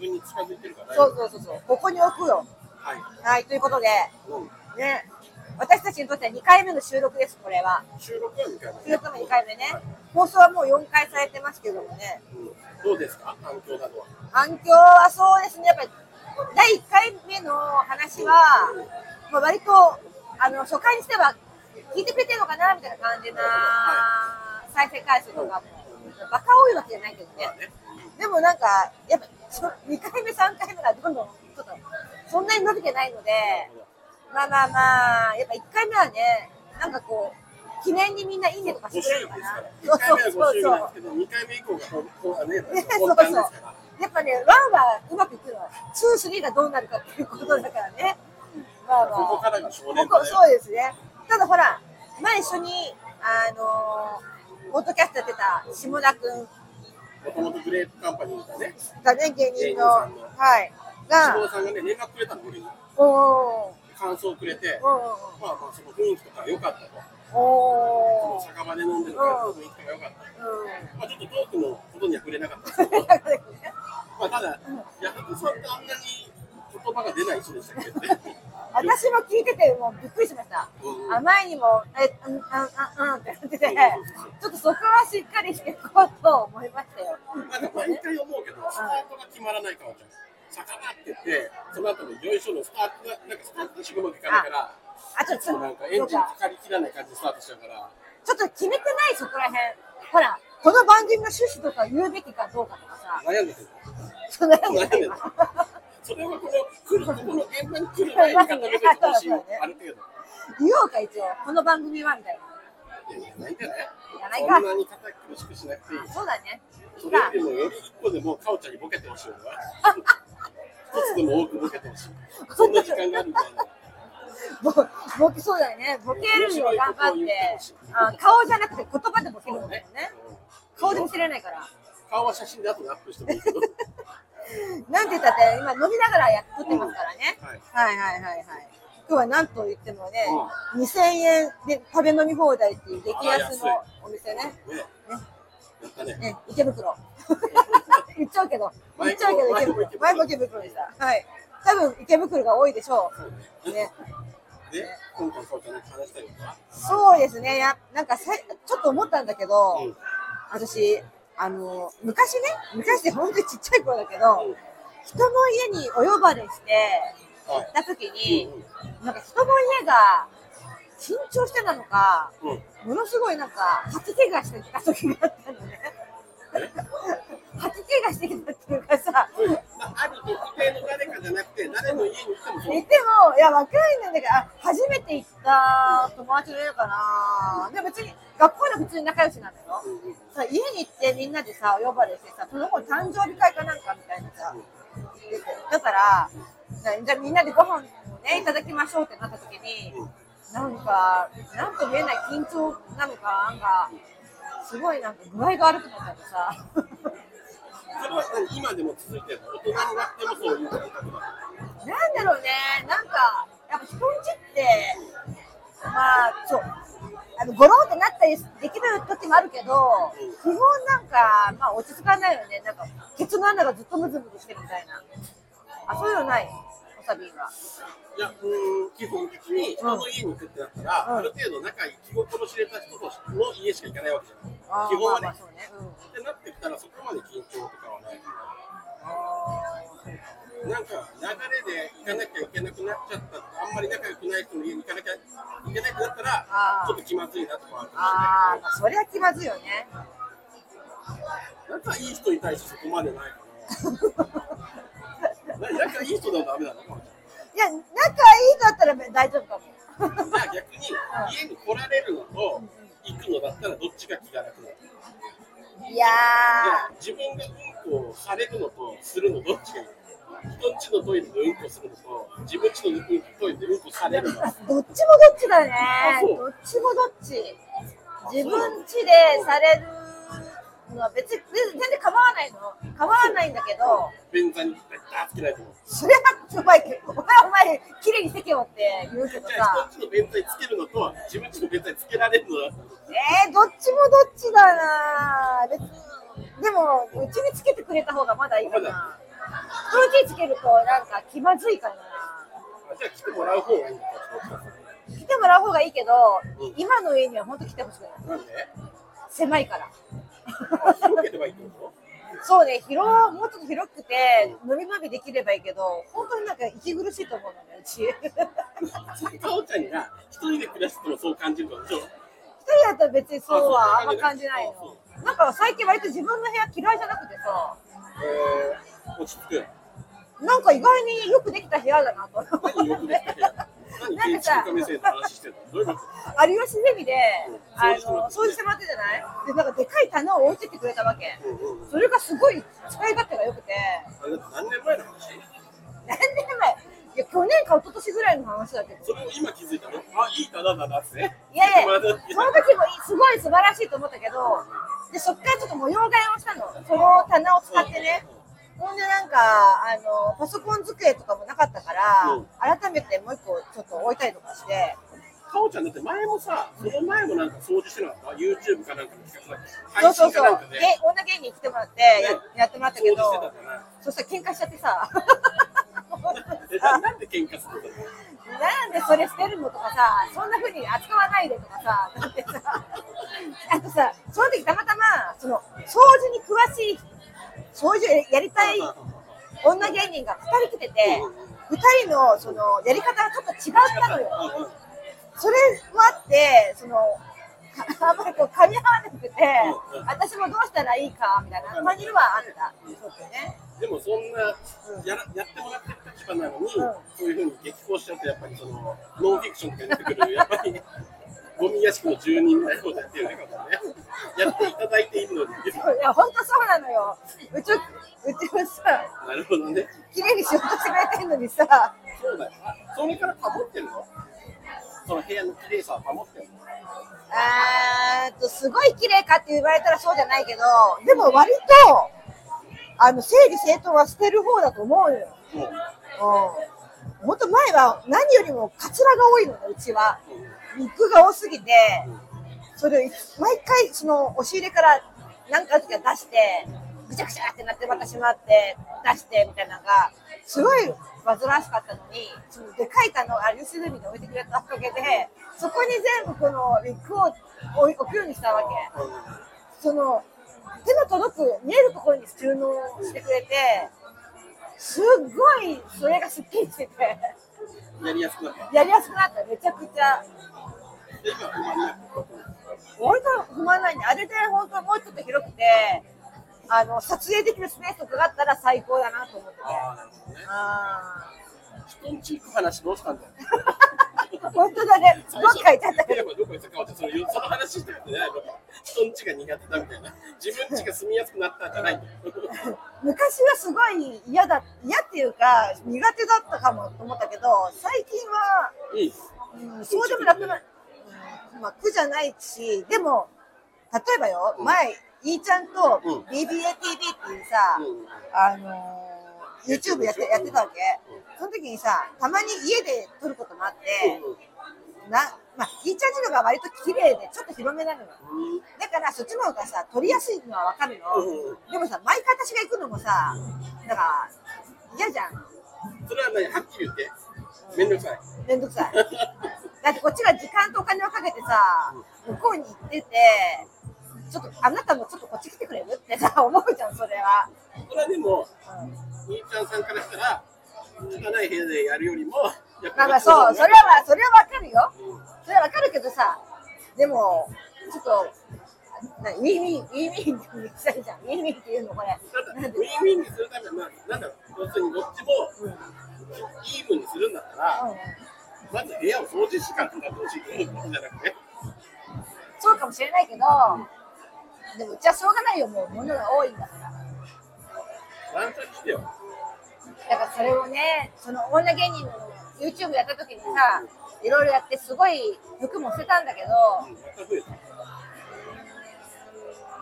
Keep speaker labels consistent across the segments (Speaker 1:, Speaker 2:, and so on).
Speaker 1: 分に近づいてるから
Speaker 2: そうそうそうそう。ここに置くよ。
Speaker 1: はい、
Speaker 2: はい、ということで、
Speaker 1: うん、
Speaker 2: ね、私たちにとっては2回目の収録です、これは。
Speaker 1: 収録は2回
Speaker 2: 収
Speaker 1: 目ね
Speaker 2: 録も2回目ね。放送はもう4回されてますけどもね。
Speaker 1: うん、どうですか反響などは
Speaker 2: 反響はそうですね、やっぱり第1回目の話は、まあ、割とあの初回にしては聞いてくれてるのかなみたいな感じな再生回数とかも、バカ多いわけじゃないけど
Speaker 1: まあ
Speaker 2: ね、
Speaker 1: ね、
Speaker 2: でもなんか、やっぱ2回目、3回目がどんどんちょっとそんなに伸びてないので、まあまあまあ、やっぱ1回目はね、なんかこう、記念にみんないいねとか
Speaker 1: 5周
Speaker 2: して
Speaker 1: 年
Speaker 2: くれるのか
Speaker 1: ですか
Speaker 2: な
Speaker 1: ら。
Speaker 2: そう
Speaker 1: 1回目は
Speaker 2: そう
Speaker 1: 5周
Speaker 2: そ
Speaker 1: 年
Speaker 2: う
Speaker 1: ですけど2回目以降
Speaker 2: ね
Speaker 1: がこうこうね本番ですから
Speaker 2: やっぱね、ワンはうまくいくのは、ツー、スリーがどうなるかっていうことだからね。まあまあ、
Speaker 1: ここからが正念
Speaker 2: こ
Speaker 1: 場
Speaker 2: こ
Speaker 1: だよ
Speaker 2: そうですね。ただほら、前一緒に、あのー、ポッドキャストやってた下田くん
Speaker 1: もともとグレープカンパニーがね
Speaker 2: がね、芸人の、
Speaker 1: 芸人さんの
Speaker 2: はい、
Speaker 1: 下田
Speaker 2: が、
Speaker 1: さんがね連絡くれたの俺に
Speaker 2: おお
Speaker 1: 感想をくれて
Speaker 2: ー、おー
Speaker 1: まあまあその雰囲気とか良かったと
Speaker 2: おお
Speaker 1: その酒場で飲んでる感じの雰囲気とか良かったまあちょっとトークのことには触れなかったですけどまあただ矢作さんってあんなに言葉が出ない人でしたっけどね
Speaker 2: 私も聞いてて、もうびっくりしました。
Speaker 1: うん
Speaker 2: あまりにも、え、うん、うん、うん、うんってなってて、
Speaker 1: うん
Speaker 2: ちょっとそこはしっかりしていこうと思いましたよ。
Speaker 1: なんか毎回思うけど、スタートが決まらないかもちゃん。坂だって言って、その後のよいしょのスタートが、なんかスタートが仕事がいかないから、
Speaker 2: あ、ちょっ
Speaker 1: い
Speaker 2: と、
Speaker 1: つもなんかエンジンかかりきらない感じでスタートしちゃうから、
Speaker 2: ちょっと決めてないそこら辺。ほら、この番組の趣旨とか言うべきかどうかとかさ、
Speaker 1: 悩んでてる。
Speaker 2: その
Speaker 1: 悩ん
Speaker 2: 辺
Speaker 1: でる
Speaker 2: は。。
Speaker 1: それはこの、来る、ここの現場に来る前に固めてほしい、ある程度。
Speaker 2: 言おうか、一応。この番組はみたいな。
Speaker 1: いや、いやないんじゃない
Speaker 2: やないか
Speaker 1: そんなに堅苦しくしなくていい。
Speaker 2: そうだね。
Speaker 1: それ
Speaker 2: ま
Speaker 1: よ
Speaker 2: あ
Speaker 1: りも、より一個でも、かおちゃんにボケてほしいのは、一つでも多くボケてほしい。そんな時間があるみたいな。
Speaker 2: ボボケ、そうだよね。ボケるよ、頑張って。あ顔じゃなくて言葉でボケるんだよね。顔で見せられないから。
Speaker 1: 顔は写真で後でアップしてもいいけど。
Speaker 2: なんて言ったって、今飲みながらやっとってますからね。
Speaker 1: はい
Speaker 2: はいはいはいはい。今日はなんと言ってもね、2000円で食べ飲み放題っていう激安のお店ね。
Speaker 1: ね。やったね。
Speaker 2: ね、池 袋。言っちゃうけど、言っちゃうけど池袋、前
Speaker 1: 前
Speaker 2: も
Speaker 1: も
Speaker 2: 池袋でした。はい。多分池袋が多いでしょ
Speaker 1: そうね。
Speaker 2: う。ね。
Speaker 1: で、今回そうじゃなく話したいことは。
Speaker 2: そうですね。やなんかさい、ちょっと思ったんだけど、
Speaker 1: うん
Speaker 2: 私、あの、昔ね、昔って本当にちっちゃい頃だけど、人の家にお呼ばれして、行
Speaker 1: はい
Speaker 2: った時に
Speaker 1: うん、
Speaker 2: なんか人の家が緊張してなのか、
Speaker 1: うん。
Speaker 2: ものすごいなんか吐き気がしてきた時があったのね。
Speaker 1: え
Speaker 2: 吐き気がしてきたっていうかさ、
Speaker 1: うんまあある特定の誰かじゃなくて、誰の家に行ってもそう
Speaker 2: 寝。ても、いや、若いんだけど、あ初めて行った友達の家かな。でも別に、学校で普通に仲良しなんだよ。
Speaker 1: うんうん
Speaker 2: さ、家に行ってみんなでさ、お呼ばれしてさ、その子の誕生日会かなんかみたいなさ。だから、じゃあみんなでご飯をね、いただきましょうってなった時に、なんか、なんと見えない緊張なのか、なんか、すごいなんか具合が悪くなっちゃってさ。
Speaker 1: それは何今でも続いてるの大人になってもそういう感覚だ。
Speaker 2: なんだろうね、なんか、やっぱ人んちって、まあ、そう、あのゴロンってなったりできる時もあるけど、基本なんか、まあ、落ち着かないよね、なんか、ケツの穴がずっとムズムズしてるみたいな。あ、そういうのない、おさびは。
Speaker 1: いや、うん、基本的に人の家に行くってなったら、ある程度仲いい気心知れた人との家しか行かないわけじゃない。
Speaker 2: あー
Speaker 1: 基本は
Speaker 2: まあまあ、
Speaker 1: ね。
Speaker 2: そうね。うん。
Speaker 1: ってなってきたら、そこまで緊張とかはないから。
Speaker 2: あー
Speaker 1: なんか流れで行かなきゃいけなくなっちゃったあんまり仲良くない人の家に行かなきゃいけなくなったら
Speaker 2: あー
Speaker 1: ちょっと気まずいなとかはあるか
Speaker 2: あー、
Speaker 1: も
Speaker 2: まあ、そりゃ気まずいよね。
Speaker 1: しれないけど仲いい人に対してそこまでないかなな仲いい人でもダ メなのかもし
Speaker 2: いや、仲いいだったら大丈夫かも。
Speaker 1: れないじゃあ逆に家に来られるのと行くのだったらどっちが気が楽なの
Speaker 2: いや
Speaker 1: 自分がうんこをされるのとするのどっちがいいの人んちのトイレでうんこするのと自分ちのトイレでうんこされるの
Speaker 2: ー、どっちもどっちだね
Speaker 1: あ。そう
Speaker 2: どっちもどっち。自分家でされるのは別に全然構わないの。構わないんだけど、
Speaker 1: 便座にベタッつけないと思う
Speaker 2: それはお前、お前お前、綺麗に席をって言うけど
Speaker 1: じゃあ
Speaker 2: さ。
Speaker 1: 人んちの弁当につけるのと自分ちの弁当につけられるのだったら
Speaker 2: えー、どっちもどっちだな別に。でも、うちにつけてくれた方がまだいいかな。人の気つけるとなんか気まずいかな
Speaker 1: じゃあ来てもらう方がいいんだ
Speaker 2: 来てもらう方がいいけど、
Speaker 1: うん
Speaker 2: 今の家には本当来てほしくない
Speaker 1: なんで
Speaker 2: 狭いから
Speaker 1: あ広ければいいってこ
Speaker 2: そうね広もうちょっと広くて伸び伸びできればいいけど本当になんか息苦しいと思うのねうち一人
Speaker 1: とかおちゃんが一人で暮らしてもそう感じるからでしょ
Speaker 2: だったら別にそうはあんま感じない
Speaker 1: あそ
Speaker 2: のなんか最近割と自分の部屋嫌いじゃなくてさ
Speaker 1: えー、落ち着く
Speaker 2: なんか意外によくできた部屋だな と思って
Speaker 1: 何よくできた部屋何建築家目線の話してるのどういうこと
Speaker 2: 有吉ゼミで、あの掃除してもらったじゃないでなんかでかい棚を置いてってくれたわけ
Speaker 1: うんうんうん
Speaker 2: それがすごい使い勝手が良くて
Speaker 1: あれだって何年前の話
Speaker 2: 何年前いや去年か一昨年ぐらいの話だけど
Speaker 1: それを今気づいたのあいい棚だな って
Speaker 2: いやいや
Speaker 1: まだ
Speaker 2: その時もすごい素晴らしいと思ったけどでそっからちょっと模様替えをしたのその棚を使ってねほんでなんかあのパソコン机とかもなかったから、
Speaker 1: うん
Speaker 2: 改めてもう一個ちょっと置いたりとかして
Speaker 1: かおちゃんだって前もさその前もなんか掃除してなかった YouTube かなんかの企画だっけ
Speaker 2: そうそう
Speaker 1: 配信か
Speaker 2: そ
Speaker 1: な
Speaker 2: うん
Speaker 1: かで、
Speaker 2: で女芸人来てもらってや,、
Speaker 1: ね
Speaker 2: やってもらったけど
Speaker 1: 掃除してたじゃない
Speaker 2: そしたら喧嘩しちゃってさ
Speaker 1: えななんで喧嘩するの
Speaker 2: なんでそれ捨てるのとかさそんな風に扱わないでとかさだってさあとさその時たまたまその掃除に詳しい掃除やりたい女芸人が2人来てて2人のそのやり方がちょっと違ったのよ
Speaker 1: うんうん
Speaker 2: それもあってそのあんまりこう噛み合わなくて私もどうしたらいいかみたいな感じはあったそうだよね
Speaker 1: でもそんなやらやってもらってる立場なのに、そういうふうに激高しちゃうとやっぱりそのノンフィクションとかに出てくるやっぱり ゴミ屋敷の住人みたいなことやってるね方ねやっていただいているのに
Speaker 2: いや本当そうなのようちうちもさ
Speaker 1: なるほどね
Speaker 2: 綺麗に仕事してくれてんのにさ
Speaker 1: そうだよあそれから保ってるのその部屋の綺麗さを保ってるの
Speaker 2: あーっとすごい綺麗かって言われたらそうじゃないけどでも割とあの整理整頓はしてる方だと思うよ、
Speaker 1: もう
Speaker 2: うん、もっと前は何よりもカツラが多いのねうちは肉が多すぎてそれを毎回その押し入れから何かある時は出してぐちゃぐちゃってなってまたしまって出してみたいなのがすごい煩わしかったのにそのでかい棚を有吉ゼミに置いてくれたおかげでそこに全部このリュックを置い置くようにしたわけ。その手の届く見えるところに収納してくれてすっごいそれがすっきりしてて
Speaker 1: うんやりやすくなった
Speaker 2: やりやすくなっためちゃくちゃ
Speaker 1: で今は今ね
Speaker 2: 割と不満ないねあれで本当はもうちょっと広くてあの撮影できるスペースとかがあったら最高だなと思って
Speaker 1: ああなるほどね
Speaker 2: あ
Speaker 1: 人んち行く話どうしたんだよ
Speaker 2: ー本当だねどっか行っちゃったけど
Speaker 1: いやまあどこ行ったかはそのその話してるんじゃないの人んちが苦手だみたいな自分んちが住みやすくなったんじゃないんだよ
Speaker 2: 昔はすごい嫌だ嫌っていうか苦手だったかもと思ったけど最近は
Speaker 1: うん
Speaker 2: うんそうでもなくない、うんまあ、苦じゃないしでも例えばよ前、イーちゃんと
Speaker 1: うん
Speaker 2: BBATV っていうさ、
Speaker 1: うん
Speaker 2: あのー YouTube やってやってたわけ
Speaker 1: うん
Speaker 2: その時にさたまに家で撮ることもあって、
Speaker 1: うん
Speaker 2: なまあ、イーちゃんちのが割と綺麗でちょっと広めなのよだからそっちの方がさ撮りやすいのはわかるの、
Speaker 1: うんうん
Speaker 2: でもさ毎回私が行くのもさだから嫌じゃん
Speaker 1: それは何はっきり言ってめんどくさい
Speaker 2: めんどく さい。だってこっちが時間とお金をかけてさ、向こうに行ってて、ちょっとあなたもちょっとこっち来てくれるってさ、思うじゃん、それは。
Speaker 1: それはでも
Speaker 2: うん
Speaker 1: 兄ちゃんさんからしたら汚い部屋でやるよりもやっ
Speaker 2: まあまあ
Speaker 1: こっちの
Speaker 2: そ
Speaker 1: 方が
Speaker 2: う、それは、それはわかるよ。
Speaker 1: うん
Speaker 2: それはわかるけどさ、でも、ちょっと、なウィンウィン、ウィンウィンって言ってたじゃん。ウィンウィンって言うの、これ。
Speaker 1: ただウィンウィンにするためにはまあなんだろう要するにどっちも
Speaker 2: うん。うん
Speaker 1: イーブンにするんだったらまず部屋を掃除しかってほしいっていうことじゃなくて
Speaker 2: そうかもしれないけど、でもうちはしょうがないよ、もう物が多いんだから。
Speaker 1: 満載してよ
Speaker 2: だからそれをね、その女芸人の YouTube やった時にさ、いろいろやってすごい服も捨てたんだけど、
Speaker 1: うんまた増えた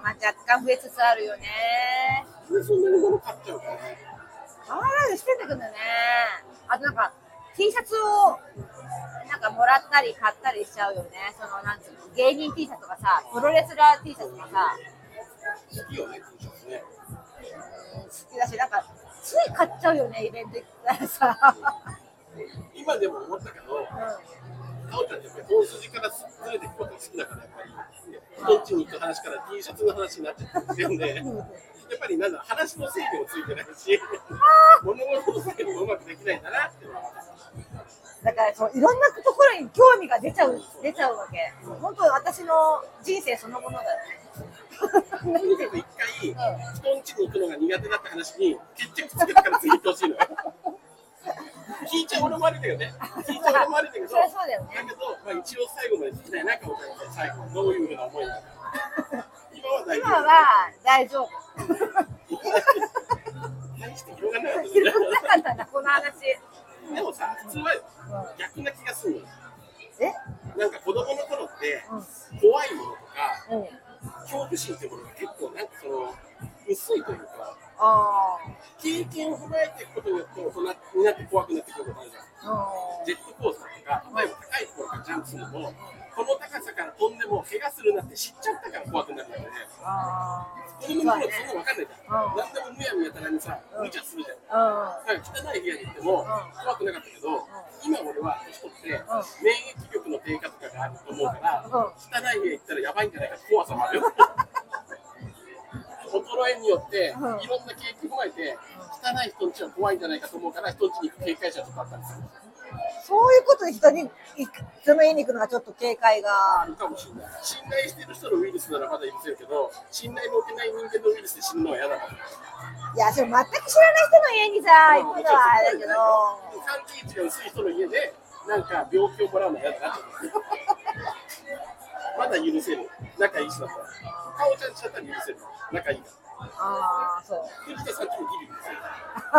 Speaker 2: まあ、若干増えつつあるよね。
Speaker 1: でそんなに物買っちゃうからね
Speaker 2: 変わらずしてんだけどね。あとなんか T シャツをなんかもらったり買ったりしちゃうよね。そのなんつうの、芸人 T シャツとかさ、プロレスラー T シャツとかさ、
Speaker 1: 好きよね、T シャツね。
Speaker 2: うん好きだし、なんかつつい買っちゃうよね、イベント行ったらさ。
Speaker 1: 今でも思ったけど、かおちゃんってやっぱり本筋からずれていくことが好きだから、やっぱり、どっちに行く話から T シャツの話になっちゃってるんで、やっぱりなんだ、話の整理もついてないし、物事の整理もうまくできないんだなって思って。
Speaker 2: だからそういろんなところに興味が出ちゃう出ちゃうわけ。本当私の人生そのものだよね。
Speaker 1: とにかく一回、人んちに行くのが苦手だった話に、決着つけてから次行ってほ しいのよ。聞いちゃ俺もあれだよね。聞いちゃ俺もあれだけど、
Speaker 2: そりゃそうだよね
Speaker 1: けど、まあ、一応最後まで聞きたいな、かもしれない。最後、どういうふうな思いなのか。今は大丈
Speaker 2: 今
Speaker 1: 夫。
Speaker 2: は大丈夫。広がんなか
Speaker 1: 大して広がらなかったね
Speaker 2: ったなこの話。
Speaker 1: でもさ、普通は逆な気がするのよ。
Speaker 2: え？
Speaker 1: なんか子供の頃って、
Speaker 2: う
Speaker 1: 怖いものとか、
Speaker 2: ん。うん。
Speaker 1: 恐怖心っていうものが結構、なんかその、薄いというか、
Speaker 2: あ
Speaker 1: 経験を踏まえていくことによって大人になって怖くなってくることあるじゃん。
Speaker 2: あ。
Speaker 1: ジェットコースターとか、前も高いところからジャンプするのも、この高さから飛んでも怪我するなって知っちゃったから怖くなるんだよね。
Speaker 2: あ
Speaker 1: 子供の頃そんなの分かんないじ
Speaker 2: う
Speaker 1: ゃ
Speaker 2: ん
Speaker 1: ん。何でもむやみやたらにさ、
Speaker 2: うん
Speaker 1: 無茶するじゃん。
Speaker 2: あ。
Speaker 1: なんか汚い部屋に行っても怖くなかったけど、今俺は年取って免疫力の低下とかがあると思うから、
Speaker 2: うん
Speaker 1: 汚い部屋行ったらやばいんじゃないかって怖さもある よ。衰えによって、いろ
Speaker 2: うん
Speaker 1: んな経験を踏まえて、汚い人んちは怖いんじゃないかと思うから、人んちに行く警戒者とかあったりする。
Speaker 2: そういうことで人に行く人の家に行くのがちょっと警戒
Speaker 1: あ
Speaker 2: が。
Speaker 1: るかもしれない。信頼してる人のウイルスならまだ許せるけど、信頼の受けない人間のウイルスで死ぬのは嫌だから。
Speaker 2: いやそれ全く知らない人の家にさ行くのはあれだけど。
Speaker 1: 関係値が薄い人の家で、なんか病気をもらうの嫌だなと思って。まだ許せる。仲いい人だったら。かおちゃんちだったら許せる。仲いいから。
Speaker 2: ああそう。
Speaker 1: 藤田さんちもギリ許せる。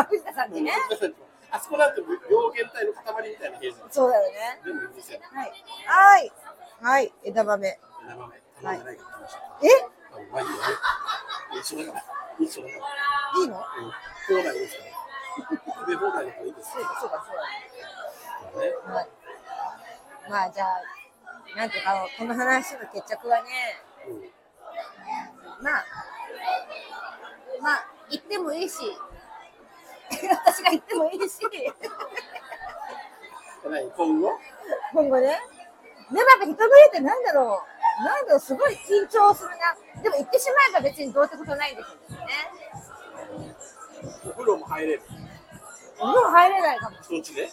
Speaker 2: 藤田さんにね。
Speaker 1: 藤田さんちも。あそこなんて病原体の塊みたいな部屋じゃん。
Speaker 2: そうだよね。
Speaker 1: でも許せる。
Speaker 2: はい。はい。はい。枝豆。
Speaker 1: 生豆。頼んでないから楽しい。
Speaker 2: え
Speaker 1: まあいいよね。一緒だから。一緒だから。
Speaker 2: いいの
Speaker 1: 放題ですから。で、放題の方がいいです
Speaker 2: そう
Speaker 1: よ
Speaker 2: だ、そうだ、そう
Speaker 1: ね。
Speaker 2: だ。はい。まあ、じゃあ、なんていうか、この話の決着はね、
Speaker 1: うん
Speaker 2: まあ、まあ、言ってもいいし、私が言ってもいいし、
Speaker 1: じゃない今後、
Speaker 2: 今後ね。でもやっぱ人の家ってなんだろう、なんだろう、すごい緊張するな。でも言ってしまえば別にどうってことないんですよね。
Speaker 1: お風呂も入れる。
Speaker 2: お風呂入れないかも。
Speaker 1: 人んちで。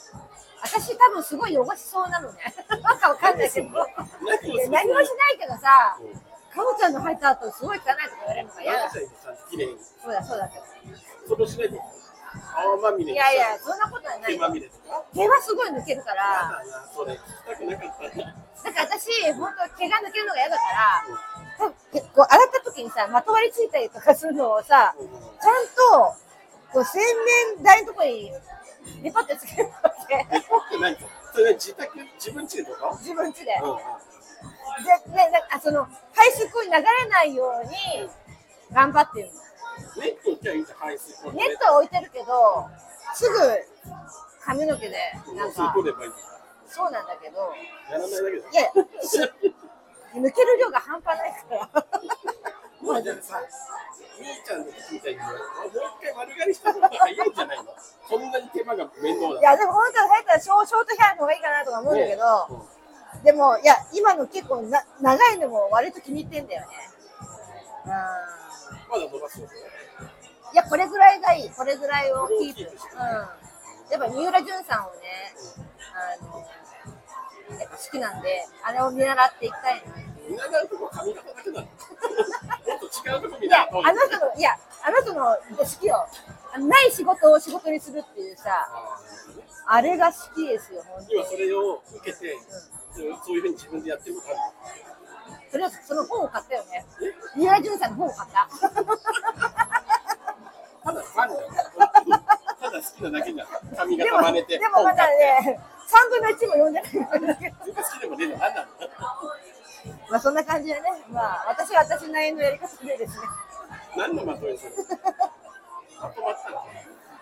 Speaker 2: 私多分すごい汚しそうなのね。なんかわかんないけど。いや何もしないけどさ、かおちゃんの入った後すごい汚いとか言われるのが嫌
Speaker 1: や
Speaker 2: だ
Speaker 1: ら。せちゃんと綺麗に。
Speaker 2: そうだそうだ。
Speaker 1: それをしないと。泡まみれ
Speaker 2: い
Speaker 1: に
Speaker 2: やいや、
Speaker 1: し
Speaker 2: そんなことは
Speaker 1: たら
Speaker 2: ない
Speaker 1: 毛。まみれとか。
Speaker 2: 毛はすごい抜けるか
Speaker 1: や
Speaker 2: ら、
Speaker 1: だな、それ聞きたくなかったな。
Speaker 2: なんか私、本当毛が抜けるのが嫌だから、結構洗った時にさ、まとわりついたりとかするのをさ、ちゃんと、こう洗面台のとこに、リパってつけるわけ。
Speaker 1: え、こって何か。それね自宅、自分家でとか。
Speaker 2: 自分家で。
Speaker 1: うんうん。
Speaker 2: で、ね、なんかその、排水口に流れないように、頑張ってるの。
Speaker 1: ネットじゃいいじゃん、排水口に
Speaker 2: ネットは置いてるけど、すぐ髪の毛で、
Speaker 1: う
Speaker 2: なんん
Speaker 1: そう
Speaker 2: か
Speaker 1: 取、ればいい。
Speaker 2: そうなんだけど、
Speaker 1: やらないだけだよ
Speaker 2: い。や、し抜ける量が半端ないから。
Speaker 1: まあじゃあさ、みーちゃんの時みたいに、もう一回丸刈りした方が早いんじゃないのそんなに手間が面倒だ。
Speaker 2: いや、でも本当は入ったらショーショートヘアの方がいいかなとか思うんだけど、
Speaker 1: ね
Speaker 2: でも、いや、今の結構な長いのも割と気に入ってんだよね。
Speaker 1: うんまだ伸ばすよね。
Speaker 2: うん。いや、これぐらいがいい。これぐらいを
Speaker 1: これを
Speaker 2: キープ。
Speaker 1: キ
Speaker 2: う
Speaker 1: ー
Speaker 2: ん。
Speaker 1: プして
Speaker 2: やっぱ三浦淳さんをね、あの、やっぱ好きなんで、あれを見習っていきたいな。
Speaker 1: 見ながらとこ髪型だけなの。もっと違うとこ見
Speaker 2: いや
Speaker 1: ながら、どうぞ
Speaker 2: あの人の、いや、あの人の好きよ。あのない仕事を仕事にするっていうさ、
Speaker 1: あーね
Speaker 2: あれが好きですよ、本当に。
Speaker 1: 今それを受けて、そういうふうに自分でやってることあ
Speaker 2: とりあえずその本を買ったよね。三浦淳さんの本を買った。
Speaker 1: る。ただファンだよ。ただ好きなだけじゃん。髪
Speaker 2: で
Speaker 1: 型
Speaker 2: も、
Speaker 1: 真似て。
Speaker 2: でもまだね、3分の1も読んでないんだけど。
Speaker 1: 本買って。好きでもねえの何なの
Speaker 2: まあそんな感じでね、まあ私は私なりのやり方でですね。
Speaker 1: 何のまとめするのまとまったの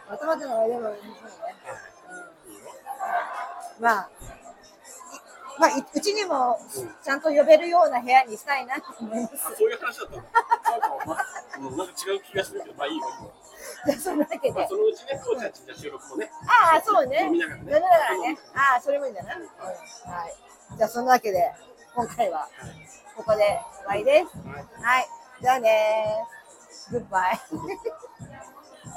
Speaker 2: まとまったのはでも、そうね。
Speaker 1: いいよ
Speaker 2: まあ、いまあ、いうちにもちゃんと呼べるような部屋にしたいなと思いま
Speaker 1: あ、
Speaker 2: す。
Speaker 1: そういう話だったのなんか、まあ、うんなんか違う気がするけど、まあいいわ、いいわ
Speaker 2: じゃあ、そのだけ
Speaker 1: まあ、
Speaker 2: で
Speaker 1: そ。のうちね、こうちゃんちじゃ収録もね、
Speaker 2: ああ、そうね。
Speaker 1: 飲みながらね
Speaker 2: 飲みながらね。ああ、それもいいんだな。うんはい。じゃあ、そのわけで、今回はここで終わりです。はい。じゃあねー。グッバイ。